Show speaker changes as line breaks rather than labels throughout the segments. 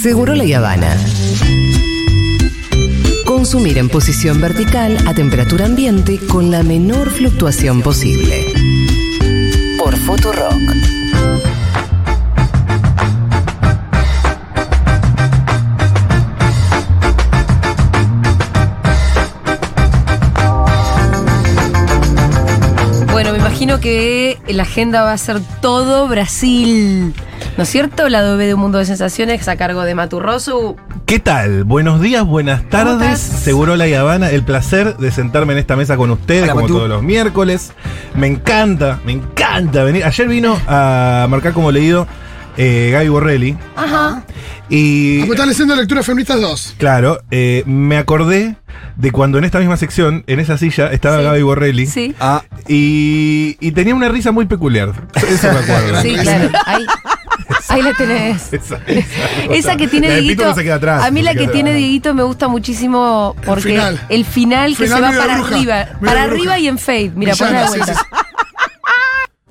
Seguro la Habana. Consumir en posición vertical a temperatura ambiente con la menor fluctuación posible. Por Futurock.
Bueno, me imagino que la agenda va a ser todo Brasil. ¿No es cierto? La doble de un mundo de sensaciones a cargo de Maturroso.
¿Qué tal? Buenos días, buenas tardes.
estás?
Seguro la Habana, el placer de sentarme en esta mesa con ustedes,
Hola,
como
Matú.
todos los miércoles. Me encanta, me encanta venir. Ayer vino a marcar como leído eh, Gaby Borrelli.
Ajá.
Y.
Como Ah, pues están leyendo Lecturas Feministas 2.
Claro, eh, me acordé de cuando en esta misma sección, en esa silla, estaba
Sí.
Gaby Borrelli.
Sí.
Ah,
Y, y tenía una risa muy peculiar. Eso me acuerdo.
Sí, claro. Ahí, ahí la tenés.
Esa, esa,
Esa que tiene
La del pito
Dieguito.
no se queda atrás,
a mí
no
la
se
que
queda
tiene
atrás.
Dieguito me gusta muchísimo porque el final,
final.
que
Final
se va
medio de
para
bruja,
arriba.
medio
Para
de bruja.
arriba y en fade. Mira,
Villana,
ponla de
sí,
vuelta.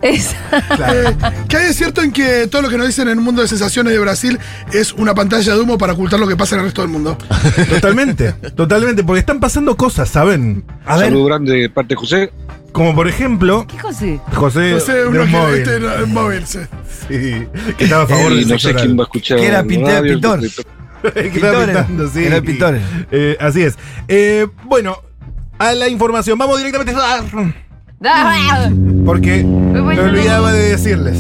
Esa.
Claro.
Que Eh, hay de cierto en que todo lo que nos dicen en el mundo de sensaciones de Brasil es una pantalla de humo para ocultar lo que pasa en el resto del mundo.
Totalmente, totalmente, porque están pasando cosas, ¿saben? A ver,
Saludo grande de parte de José.
como por ejemplo,
¿Qué José?
José,
No sé,
Eh, de
uno
un móvil,
que este, no, el móvil, sí.
sí, que estaba a favor
Y
del
no sé
sector
quién va a escuchar.
Que era
la
pintor,
radio,
pintor.
porque to-
Que estaba
pintores.
pintando, sí.
Eran pintores.
Eh, así es. Eh, bueno, a la información, vamos directamente a...
Da-
Porque me olvidaba de decirles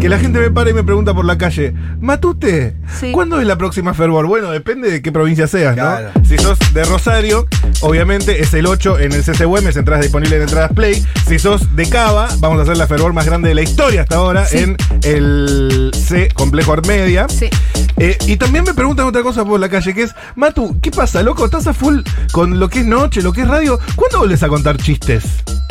que la gente me para y me pregunta por la calle, Matute,
Sí.
¿cuándo es la próxima Fervor? Bueno, depende de qué provincia seas, ¿no?
Claro.
Si sos de Rosario, obviamente es el 8 en el CCUM, es entradas disponible en Entradas Play. Si sos de Cava, vamos a hacer la Fervor más grande de la historia hasta ahora
Sí.
en el C Complejo Armedia.
Sí.
Eh, y también me preguntan otra cosa por la calle, que es, Matu, ¿qué pasa, loco? ¿Estás a full con lo que es noche, lo que es radio? ¿Cuándo volvés a contar chistes?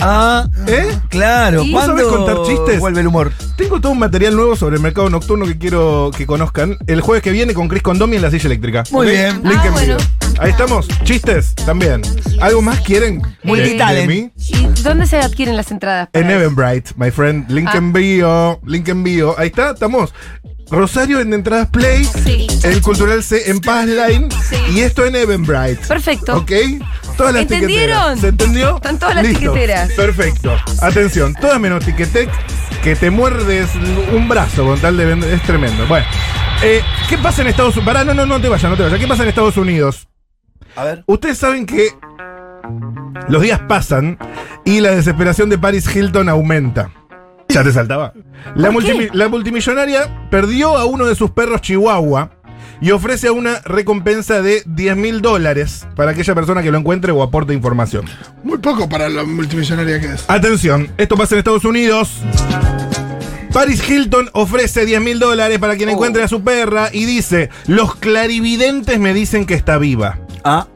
ah,
¿Eh?
claro.
¿Y?
¿Cuándo
¿Sabes contar chistes?
Vuelve el humor.
Tengo todo un material nuevo sobre el mercado nocturno que quiero que conozcan. El jueves que viene con Chris Condomi en la silla eléctrica.
Muy
¿Ok?
bien.
Link
Ah,
envío.
bueno.
Ahí estamos. Chistes también. ¿Algo más quieren? de- de
talent.
mí?
¿Y dónde se adquieren las entradas? para
En
eso?
Eventbrite, my friend. Link
Ah.
envío. Link envío. Ahí está, estamos. Rosario en Entradas Play.
Sí.
El Cultural C en Passline. Y esto en Eventbrite.
Perfecto.
¿Ok? Todas las
¿Entendieron?
tiqueteras. ¿Se entendió?
Están todas las
Listo.
tiqueteras.
Perfecto. Atención, todas menos tiquetec que te muerdes un brazo con tal de vender. Es tremendo. Bueno. eh, ¿Qué pasa en Estados Unidos? Pará, no, no, no te vayas, no te vayas. ¿Qué pasa en Estados Unidos?
A ver.
Ustedes saben que los días pasan y la desesperación de Paris Hilton aumenta. Ya te saltaba. La,
¿Por qué?
multimi- la multimillonaria perdió a uno de sus perros chihuahua y ofrece a una recompensa de 10 mil dólares para aquella persona que lo encuentre o aporte información.
Muy poco para la multimillonaria que es.
Atención, esto pasa en Estados Unidos. Paris Hilton ofrece 10 mil dólares para
Oh.
quien encuentre a su perra y dice, los clarividentes me dicen que está viva.
Ah.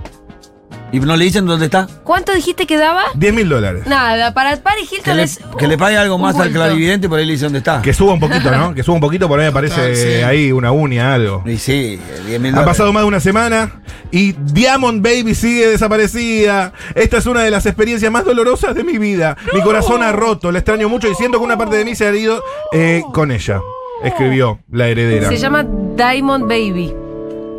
¿Y no le dicen dónde está?
¿Cuánto dijiste que daba?
10 mil dólares.
Nada, para Paris Hilton
Que le,
es.
que le pague algo
un
más al
bulto.
clarividente, por ahí le dicen dónde está.
Ah. Que suba un poquito, ¿no? Que suba un poquito, por ahí aparece
Total, sí.
ahí una uña, algo.
Y sí, 10 mil
Ha pasado más de una semana y Diamond Baby sigue desaparecida. Esta es una de las experiencias más dolorosas de mi vida. Mi corazón ha roto, la extraño mucho y siento que una parte de mí se ha herido eh, con ella. Escribió la heredera.
Se llama Diamond Baby.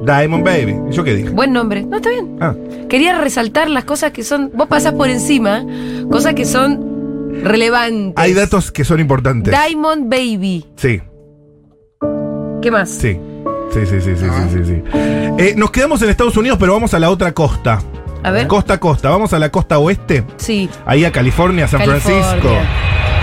Diamond Baby. ¿Y yo qué dije?
Buen nombre. No, está bien.
Ah,
Quería resaltar las cosas que son. Vos pasás por encima, cosas que son relevantes.
hay datos que son importantes.
Diamond Baby.
Sí,
¿Qué más?
sí. Sí, sí, sí, sí, sí, sí. sí. Eh, nos quedamos en Estados Unidos, pero vamos a la otra costa.
A ver.
Costa a costa. Vamos a la costa oeste.
Sí.
Ahí a California, San
California.
Francisco.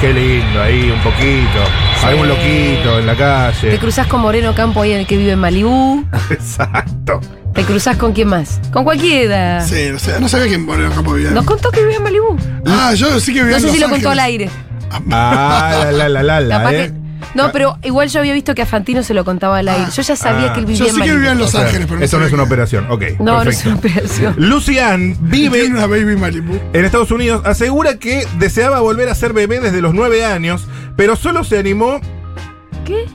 Qué lindo, ahí un poquito.
Sí.
Algún loquito en la
Te
calle.
cruzás con Moreno Campo ahí en el que vive en Malibú.
Exacto.
Te cruzás con quién más. Con cualquiera.
Ah.
Sí, o sea, no sabía quién volvió a Campo Villa.
Nos contó que vivía en Malibú.
Ah, yo sí que vivía
No
en
sé
Los
si lo contó al
Ángeles.
aire.
Ah, la, la, la, la, la,
Capaz
eh.
que- No, pero igual yo había visto que a Fantino se lo contaba al aire. Yo ya sabía
Ah.
que él
Yo
vivía en
sí que
Malibú.
vivía en
O
Los
sea,
Ángeles, pero no
Eso no
sabía
es una
que-
operación. Ok.
No, no es
perfecto.
una operación.
Lucian vive
Tiene una baby Malibu.
en Estados Unidos. Asegura que deseaba volver a ser bebé desde los nueve años, pero solo se animó.
¿Qué?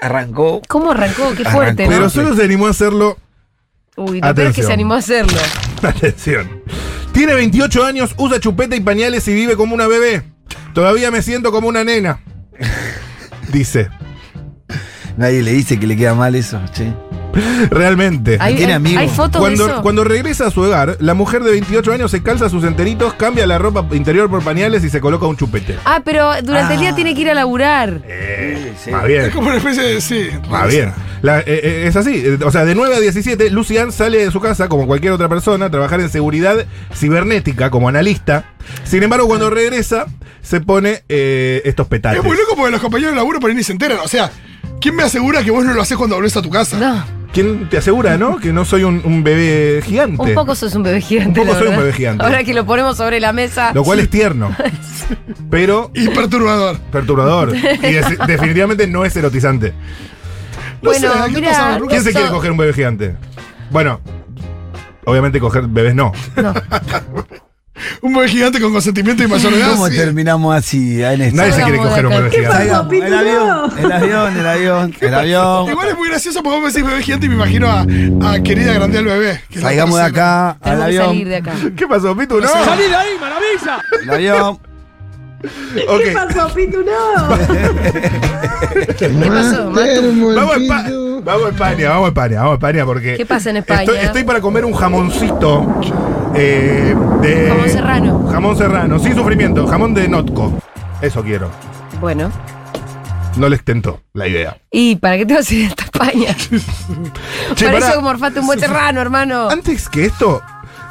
Arrancó.
¿Cómo arrancó? Qué fuerte,
Pero
¿no?
solo se animó a hacerlo.
Uy, lo peor es que
Atención.
se animó a hacerlo.
Atención. Tiene 28 años, usa chupeta y pañales y vive como una bebé. Todavía me siento como una nena. Dice.
Nadie le dice que le queda mal eso, che.
Realmente.
Hay,
tiene
hay-
amigos.
hay fotos de
Cuando,
eso.
cuando regresa a su hogar, la mujer de 28 años se calza sus enteritos, cambia la ropa interior por pañales y se coloca un chupete.
Ah, pero durante el día
Ah.
tiene que ir a laburar.
Eh,
Sí, sí.
más bien.
Es como una especie de. Sí.
Más Ah, bien. La- eh, eh, es así. Eh, O sea, de 9 a 17, Lucian sale de su casa, como cualquier otra persona, a trabajar en seguridad cibernética como analista. Sin embargo, cuando regresa, se pone eh, estos
Es
petales.
muy loco porque los compañeros de laburo por ahí ni se enteran. O sea, ¿quién me asegura que vos no lo haces cuando volvés a tu casa?
No,
¿Quién te asegura, no? Que no soy un, un bebé gigante.
un poco sos un bebé gigante.
Un poco
la
soy un
verdad.
bebé gigante.
Ahora que lo ponemos sobre la mesa.
Lo cual es tierno. Pero
Y perturbador.
perturbador. Y es- definitivamente no es erotizante.
No
Bueno,
sé, ¿qué
mira,
pasa, Lucas?
¿Quién se quiere
So-
coger un bebé gigante? Bueno, obviamente coger bebés no.
Un bebé gigante con consentimiento y mayor edad.
¿Cómo
sí.
terminamos así en esto?
Nadie se quiere
Salgamos de
coger un
acá.
bebé
¿Qué
gigante.
Salgamos. El avión, el avión, el avión, el avión.
Igual es muy gracioso porque vos me decís bebé gigante y me imagino a, a querida grande al bebé. que es la
Salgamos de acá,
persona.
al
Tenemos que salir
avión.
de acá.
¿Qué pasó, Pitu? No.
de ahí, maravilla!
El avión.
Ok,
¿Qué pasó, Matu?
Vamos a, Espa- vamos a España, vamos a España, vamos a España porque.
¿Qué pasa en España?
Estoy, estoy para comer un jamoncito. eh, de,
Jamón serrano.
Jamón serrano, sin sufrimiento, jamón de Notco. Eso quiero.
Bueno.
No les tentó la idea.
¿Y para qué te vas a ir hasta España?
Che,
para
pará.
eso morfaste un buen serrano, hermano.
Antes que esto,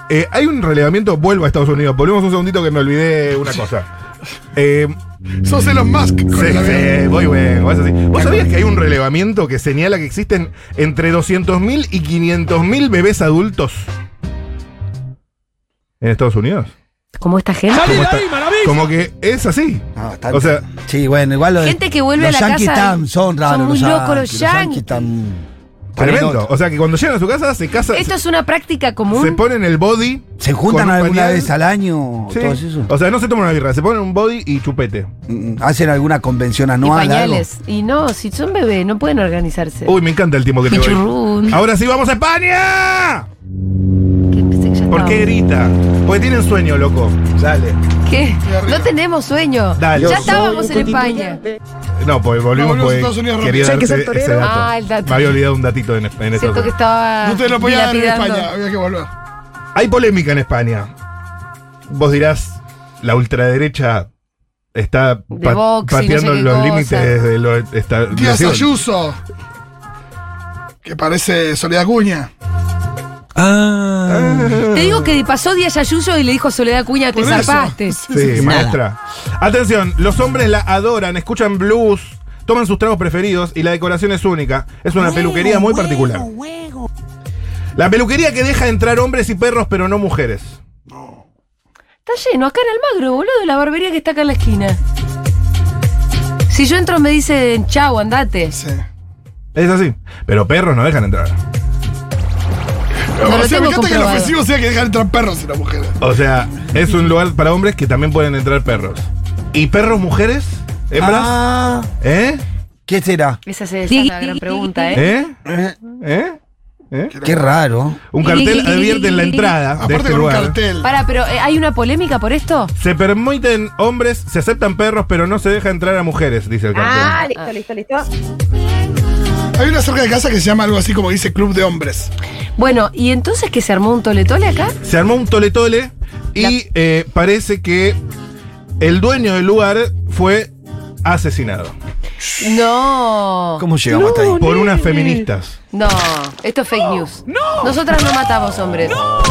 eh, hay un relevamiento. Vuelvo a Estados Unidos. Volvemos un segundito que me olvidé una cosa. Eh,
Sos Elon Musk. con
sí,
el avión.
sí, voy, bueno, es así. ¿Vos sabías que hay un relevamiento que señala que existen entre 200.000 y 500.000 bebés adultos en Estados Unidos?
¿Cómo esta gente?
Como está- Como que es así.
Ah, bastante.
O sea,
sí, bueno, igual los,
Gente que vuelve
los
a la
yanquis
casa
están-
y-
son raros
son muy
los
locos los yanquis.
están-
tremendo. O sea, que cuando llegan a su casa se casan,
Esto
se,
es una práctica común.
se ponen el body.
¿Se juntan
con un
alguna
pañal.
vez al año?
Sí.
Todos esos.
O sea, no se toman una birra, se ponen un body y chupete.
Mm, ¿Hacen alguna convención
y
anual? algo?
pañales. Y no, si son bebés, no pueden organizarse.
Uy, me encanta el tiempo que te doy.
Pichurrún.
Ahora sí, vamos a España.
Que pensé que ya
¿Por qué grita? Porque tienen sueño, loco. Dale.
estábamos. ¿Qué? No tenemos sueño.
Dale.
Ya
Yo
estábamos en España.
No, pues volvimos
No, volvimos a
porque
Ah, Estados Unidos
quería
rápido.
darte ese dato.
Ah, el dato.
Me había olvidado un datito en, en Estados
Siento que
Unidos.
estaba.
No te lo podía dar en
dilapidando.
España, había que volver.
Hay polémica en España. Vos dirás, la ultraderecha está
De
pa-
Vox y no
pateando
sé qué
los
cosa.
límites de lo esta-
Díaz
nación.
Ayuso. Que parece Soledad Cuña.
Ah.
Te digo que pasó Díaz Ayuso y le dijo a Soledad Cuña, te
Por eso.
zarpaste.
Sí, maestra. Atención, los hombres la adoran, escuchan blues, toman sus tragos preferidos y la decoración es única. Es una peluquería muy particular. La peluquería que deja entrar hombres y perros, pero no mujeres.
Está lleno, acá en Almagro, boludo, la barbería que está acá en la esquina. Si yo entro me dicen, chau, andate.
Sí.
Es así. Pero perros no dejan entrar.
No lo
o sea,
tengo
me encanta que el
comprobado.
ofensivo sea que dejan entrar perros y las mujeres.
O sea, es un lugar para hombres que también pueden entrar perros. ¿Y perros mujeres? ¿Hembras?
Ah,
¿Eh?
¿Qué será?
Esa, es- esa es la gran pregunta, ¿eh?
¿Eh? ¿Eh? ¿Eh?
Qué raro.
Un cartel advierte en la entrada de
Aparte
este
con un
lugar.
cartel.
Para, pero eh, ¿hay una polémica por esto?
Se permiten hombres, se aceptan perros, pero no se deja entrar a mujeres, dice el cartel.
Ah, listo, listo, listo.
Hay una cerca de casa que se llama algo así como dice Club de Hombres.
Bueno, ¿y entonces que se armó un toletole acá?
Se armó un tole tole y eh, parece que el dueño del lugar fue asesinado
No.
¿Cómo llegamos hasta ahí?
por unas feministas.
No, esto es fake news. No. Nosotras no matamos hombres. Oh.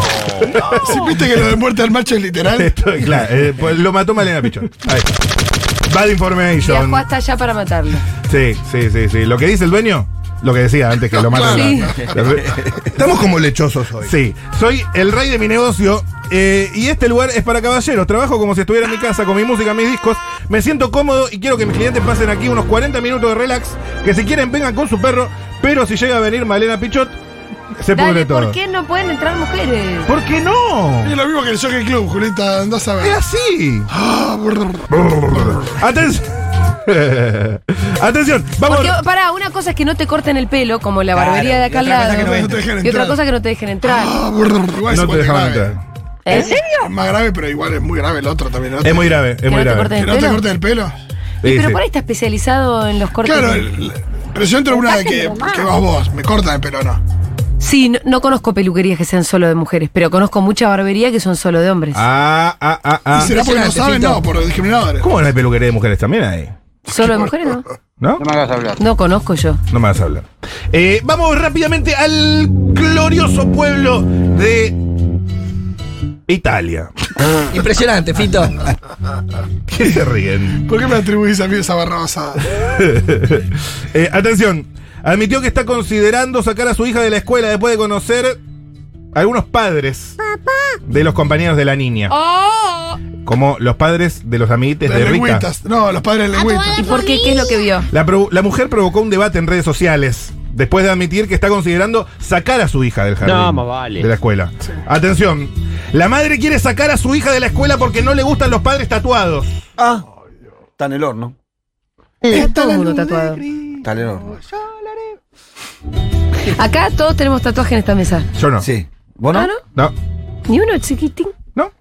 Si viste que lo de muerte del macho es literal.
Esto, claro, eh, pues lo mató Malena Pichón. Ahí está. Bad information.
Viajó hasta allá para matarlo.
Sí, sí, sí, sí. Lo que dice el dueño, lo que decía antes que lo matan.
Estamos como lechosos hoy.
Sí, soy el rey de mi negocio eh, y este lugar es para caballeros. Trabajo como si estuviera en mi casa con mi música, mis discos. Me siento cómodo y quiero que mis clientes pasen aquí unos 40 minutos de relax. Que si quieren vengan con su perro, pero si llega a venir Malena Pichot, se pudre
Dale,
todo.
¿por qué no pueden entrar mujeres?
¿Por qué no?
Es lo mismo que el Jockey Club, Julieta, andás a
Es
ver.
así.
Ah, brr.
Atención. Atención, vamos.
Porque, pará, una cosa es que no te corten el pelo, como la
Claro,
barbería de acá
y
al
otra cosa
lado.
que no
te dejen
y otra
entrar.
cosa que no te dejen entrar.
Ah, brr. Igual
No
es
te
igual de
dejaban
grave.
entrar.
¿Eh?
¿En serio? más grave, pero igual es muy grave el otro también. ¿no?
Es muy grave, es
no
muy
te
grave.
corten
Que no te
¿Pelo?
corten el pelo.
Y
Sí,
pero
sí.
por ahí está especializado en los cortes.
Claro,
de-
el- Pero yo entro en una de que,
Estás
que vas vos, me cortan el pelo, no.
Sí, no, no conozco peluquerías que sean solo de mujeres, pero conozco mucha barbería que son solo de hombres.
Ah, ah, ah,
¿Y
ah.
será porque no
Impresionante,
saben?
Fito.
No, por los discriminadores.
¿Cómo no hay peluquería de mujeres también ahí?
¿Solo de mujeres no?
¿No?
No me hagas hablar.
No conozco yo.
No me vas a hablar. Eh, vamos rápidamente al glorioso pueblo de Italia.
Impresionante, Fito.
¿Qué se ríen?
¿Por qué me atribuís a mí esa barra basada?
Eh, atención. Admitió que está considerando sacar a su hija de la escuela después de conocer a algunos padres de los compañeros de la niña. Como los padres de los amiguites de
Las
Rita.
lengüitas. No, los padres de lengüitas.
¿Y por qué? ¿Qué es lo que vio?
La, pro- la mujer provocó un debate en redes sociales después de admitir que está considerando sacar a su hija del jardín.
No, más vale.
De la escuela. Atención. La madre quiere sacar a su hija de la escuela porque no le gustan los padres tatuados.
Ah, está en el horno.
Todo el mundo tatuado.
Está en el horno.
Acá todos tenemos tatuaje en esta mesa.
Yo no.
Sí. ¿Vos no?
¿Ah, no?
No.
¿Ni uno chiquitín?
¿No?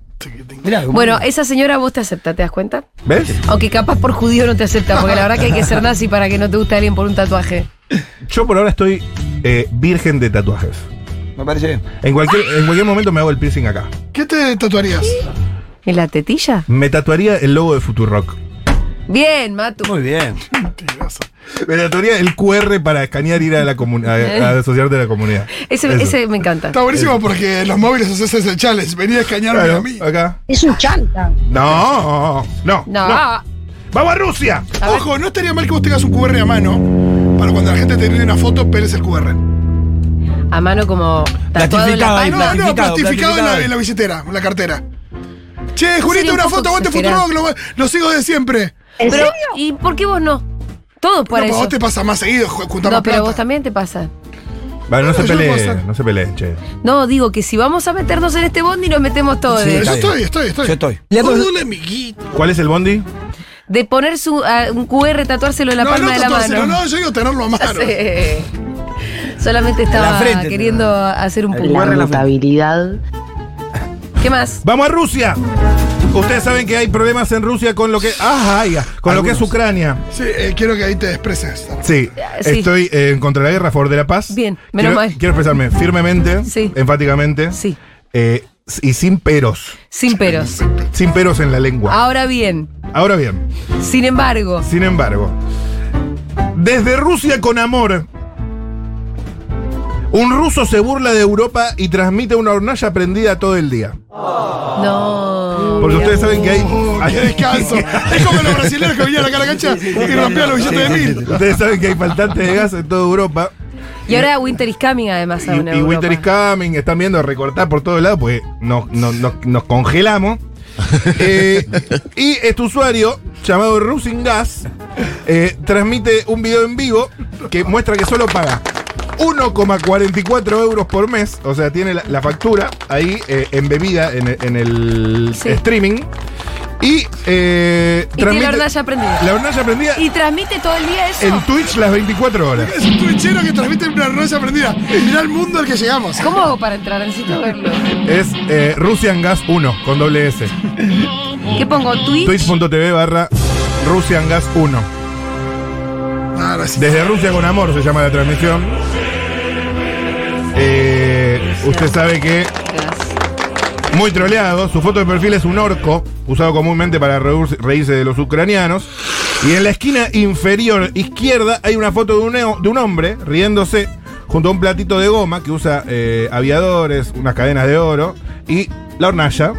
Mirá,
Bueno, esa señora vos te acepta, ¿te das cuenta?
¿Ves?
Aunque capaz por judío no te acepta, porque la verdad que hay que ser nazi para que no te guste alguien por un tatuaje.
Yo por ahora estoy eh, virgen de tatuajes.
me parece bien.
En cualquier, en cualquier momento me hago el piercing acá.
¿Qué te tatuarías?
¿En la tetilla?
Me tatuaría el logo de Futurock.
Bien, Matu.
Muy bien.
Me tatuaría el QR para escanear y ir a la comunidad, a, a asociarte a la comunidad.
Ese,
Eso.
ese me encanta.
Está buenísimo porque los móviles haces ese challenge. Venía a escañarme
Claro,
a mí.
acá.
Es un chanta.
No, no,
No,
no. ¡Vamos a Rusia!
Ojo, no estaría mal que vos tengas un QR a mano para cuando la gente te pide una foto, peles el QR. No,
a mano como tatuado en la
Plastificado ahí,
palma.
Ah,
Plastificado,
no, no, plastificado en la,
plastificado.
en la billetera, en la cartera. Che,
Sería
Jurito,
un
una
poco
foto, aguante
exagerado.
Futurock, lo, lo sigo de siempre.
¿En
Pero,
serio?
¿y por qué vos no? Todo
No,
para
pero a
eso.
vos te pasa más seguido, ju- juntá
No,
más
pero
plata.
vos también te pasa.
Vale, no
No,
se
yo puedo
peleen,
hacer.
no se peleen, che.
No, digo que si vamos a meternos en este bondi, nos metemos todos.
Sí,
Yo
está bien.
estoy, estoy, estoy.
Yo estoy.
Hola, amiguito.
¿Cuál es el bondi?
De poner su, a un QR, tatuárselo en la
no,
palma
no,
de la
tatuárselo,
mano.
no, yo digo tenerlo a mano.
Sí. Solamente estaba
frente,
queriendo hacer un
La
punto.
mutabilidad.
¿Qué más?
¡Vamos a Rusia! Ustedes saben que hay problemas en Rusia con lo que. Ah, ay, con lo que es
Algunos.
Ucrania.
Sí, eh, quiero que ahí te expreses.
Sí,
Sí.
estoy eh, en contra de la guerra, a favor de la paz.
Bien, menos
quiero,
mal.
Quiero expresarme firmemente,
Sí.
enfáticamente
Sí,
eh, y sin peros.
sin peros.
Sin peros en la lengua.
Ahora bien,
Ahora bien,
sin embargo,
sin embargo, desde Rusia con amor, un ruso se burla de Europa y transmite una hornalla prendida todo el día.
no.
Porque ustedes saben que hay.
Oh,
hay-
¡Qué descanso! es como los brasileños que venían acá a la cancha y rompían los billetes de mil.
Ustedes saben que hay faltantes de gas en toda Europa.
Y ahora Winter is coming además
Y,
a una
y Winter is
Europa.
coming, están viendo recortar por todos lados porque nos, nos- nos- nos congelamos. Eh, y este usuario, llamado Rusing Gas, eh, transmite un video en vivo que muestra que solo paga 1,44 euros por mes. O sea, tiene la, la factura ahí eh, embebida en, el- en el
Sí.
streaming. Y, eh,
Y tiene la hornalla prendida.
La hornalla prendida
Y transmite todo el día eso.
en Twitch las 24 horas.
Es un twitchero que transmite una rosa prendida. Mirá el mundo al que llegamos.
¿Cómo hago para entrar? Necesito verlo.
Es eh, Russian Gas 1 con doble S.
¿Qué pongo? Twitch.
Twitch.tv barra Russian Gas 1.
Ah, no, sí.
Desde Rusia con amor se llama la transmisión. Eh, usted sabe que muy troleado, su foto de perfil es un orco, usado comúnmente para reúrse- reírse de los ucranianos. Y en la esquina inferior izquierda hay una foto de un, eo- de un hombre riéndose junto a un platito de goma que usa eh, aviadores, unas cadenas de oro y la hornalla.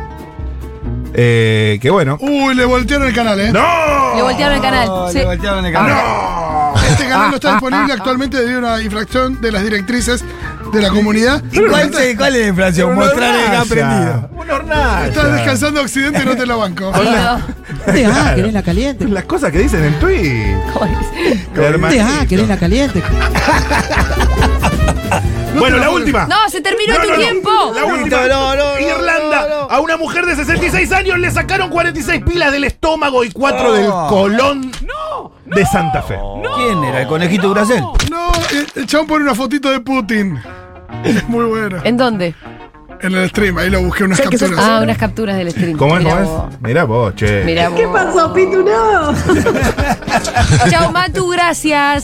Eh, que bueno.
Uy, le voltearon el canal, ¿eh?
¡No!
Le voltearon el canal.
Oh,
sí.
Le voltearon el canal.
Este canal no está disponible actualmente debido a una infracción de las directrices de la comunidad.
¿Y cuál, se- cuál es la inflación? Mostrar el gas prendido.
Una hornalla.
Estás descansando Occidente y no te lo banco.
No,
Claro.
Ah, querés la caliente.
Las cosas que dicen en Twitch.
¿cómo es?
Dejá, Ah, querés la caliente.
Bueno, la última.
No, se terminó tu tiempo.
La última.
No, no, no,
Irlanda.
no, no.
A una mujer de 66 años le sacaron 46 pilas del estómago y 4
No.
del colón de Santa Fe.
¿Quién era? ¿El conejito Duracel?
No, el- el chabón pone una fotito de Putin. Es muy bueno.
¿En dónde?
En el stream, ahí lo busqué unas capturas.
Ah, unas capturas del stream.
¿Cómo es?
Mirá
¿Cómo
vos.
es? Mirá vos, che.
Mirá ¿Qué pasó, Pitu? No. Chao, Matu, gracias.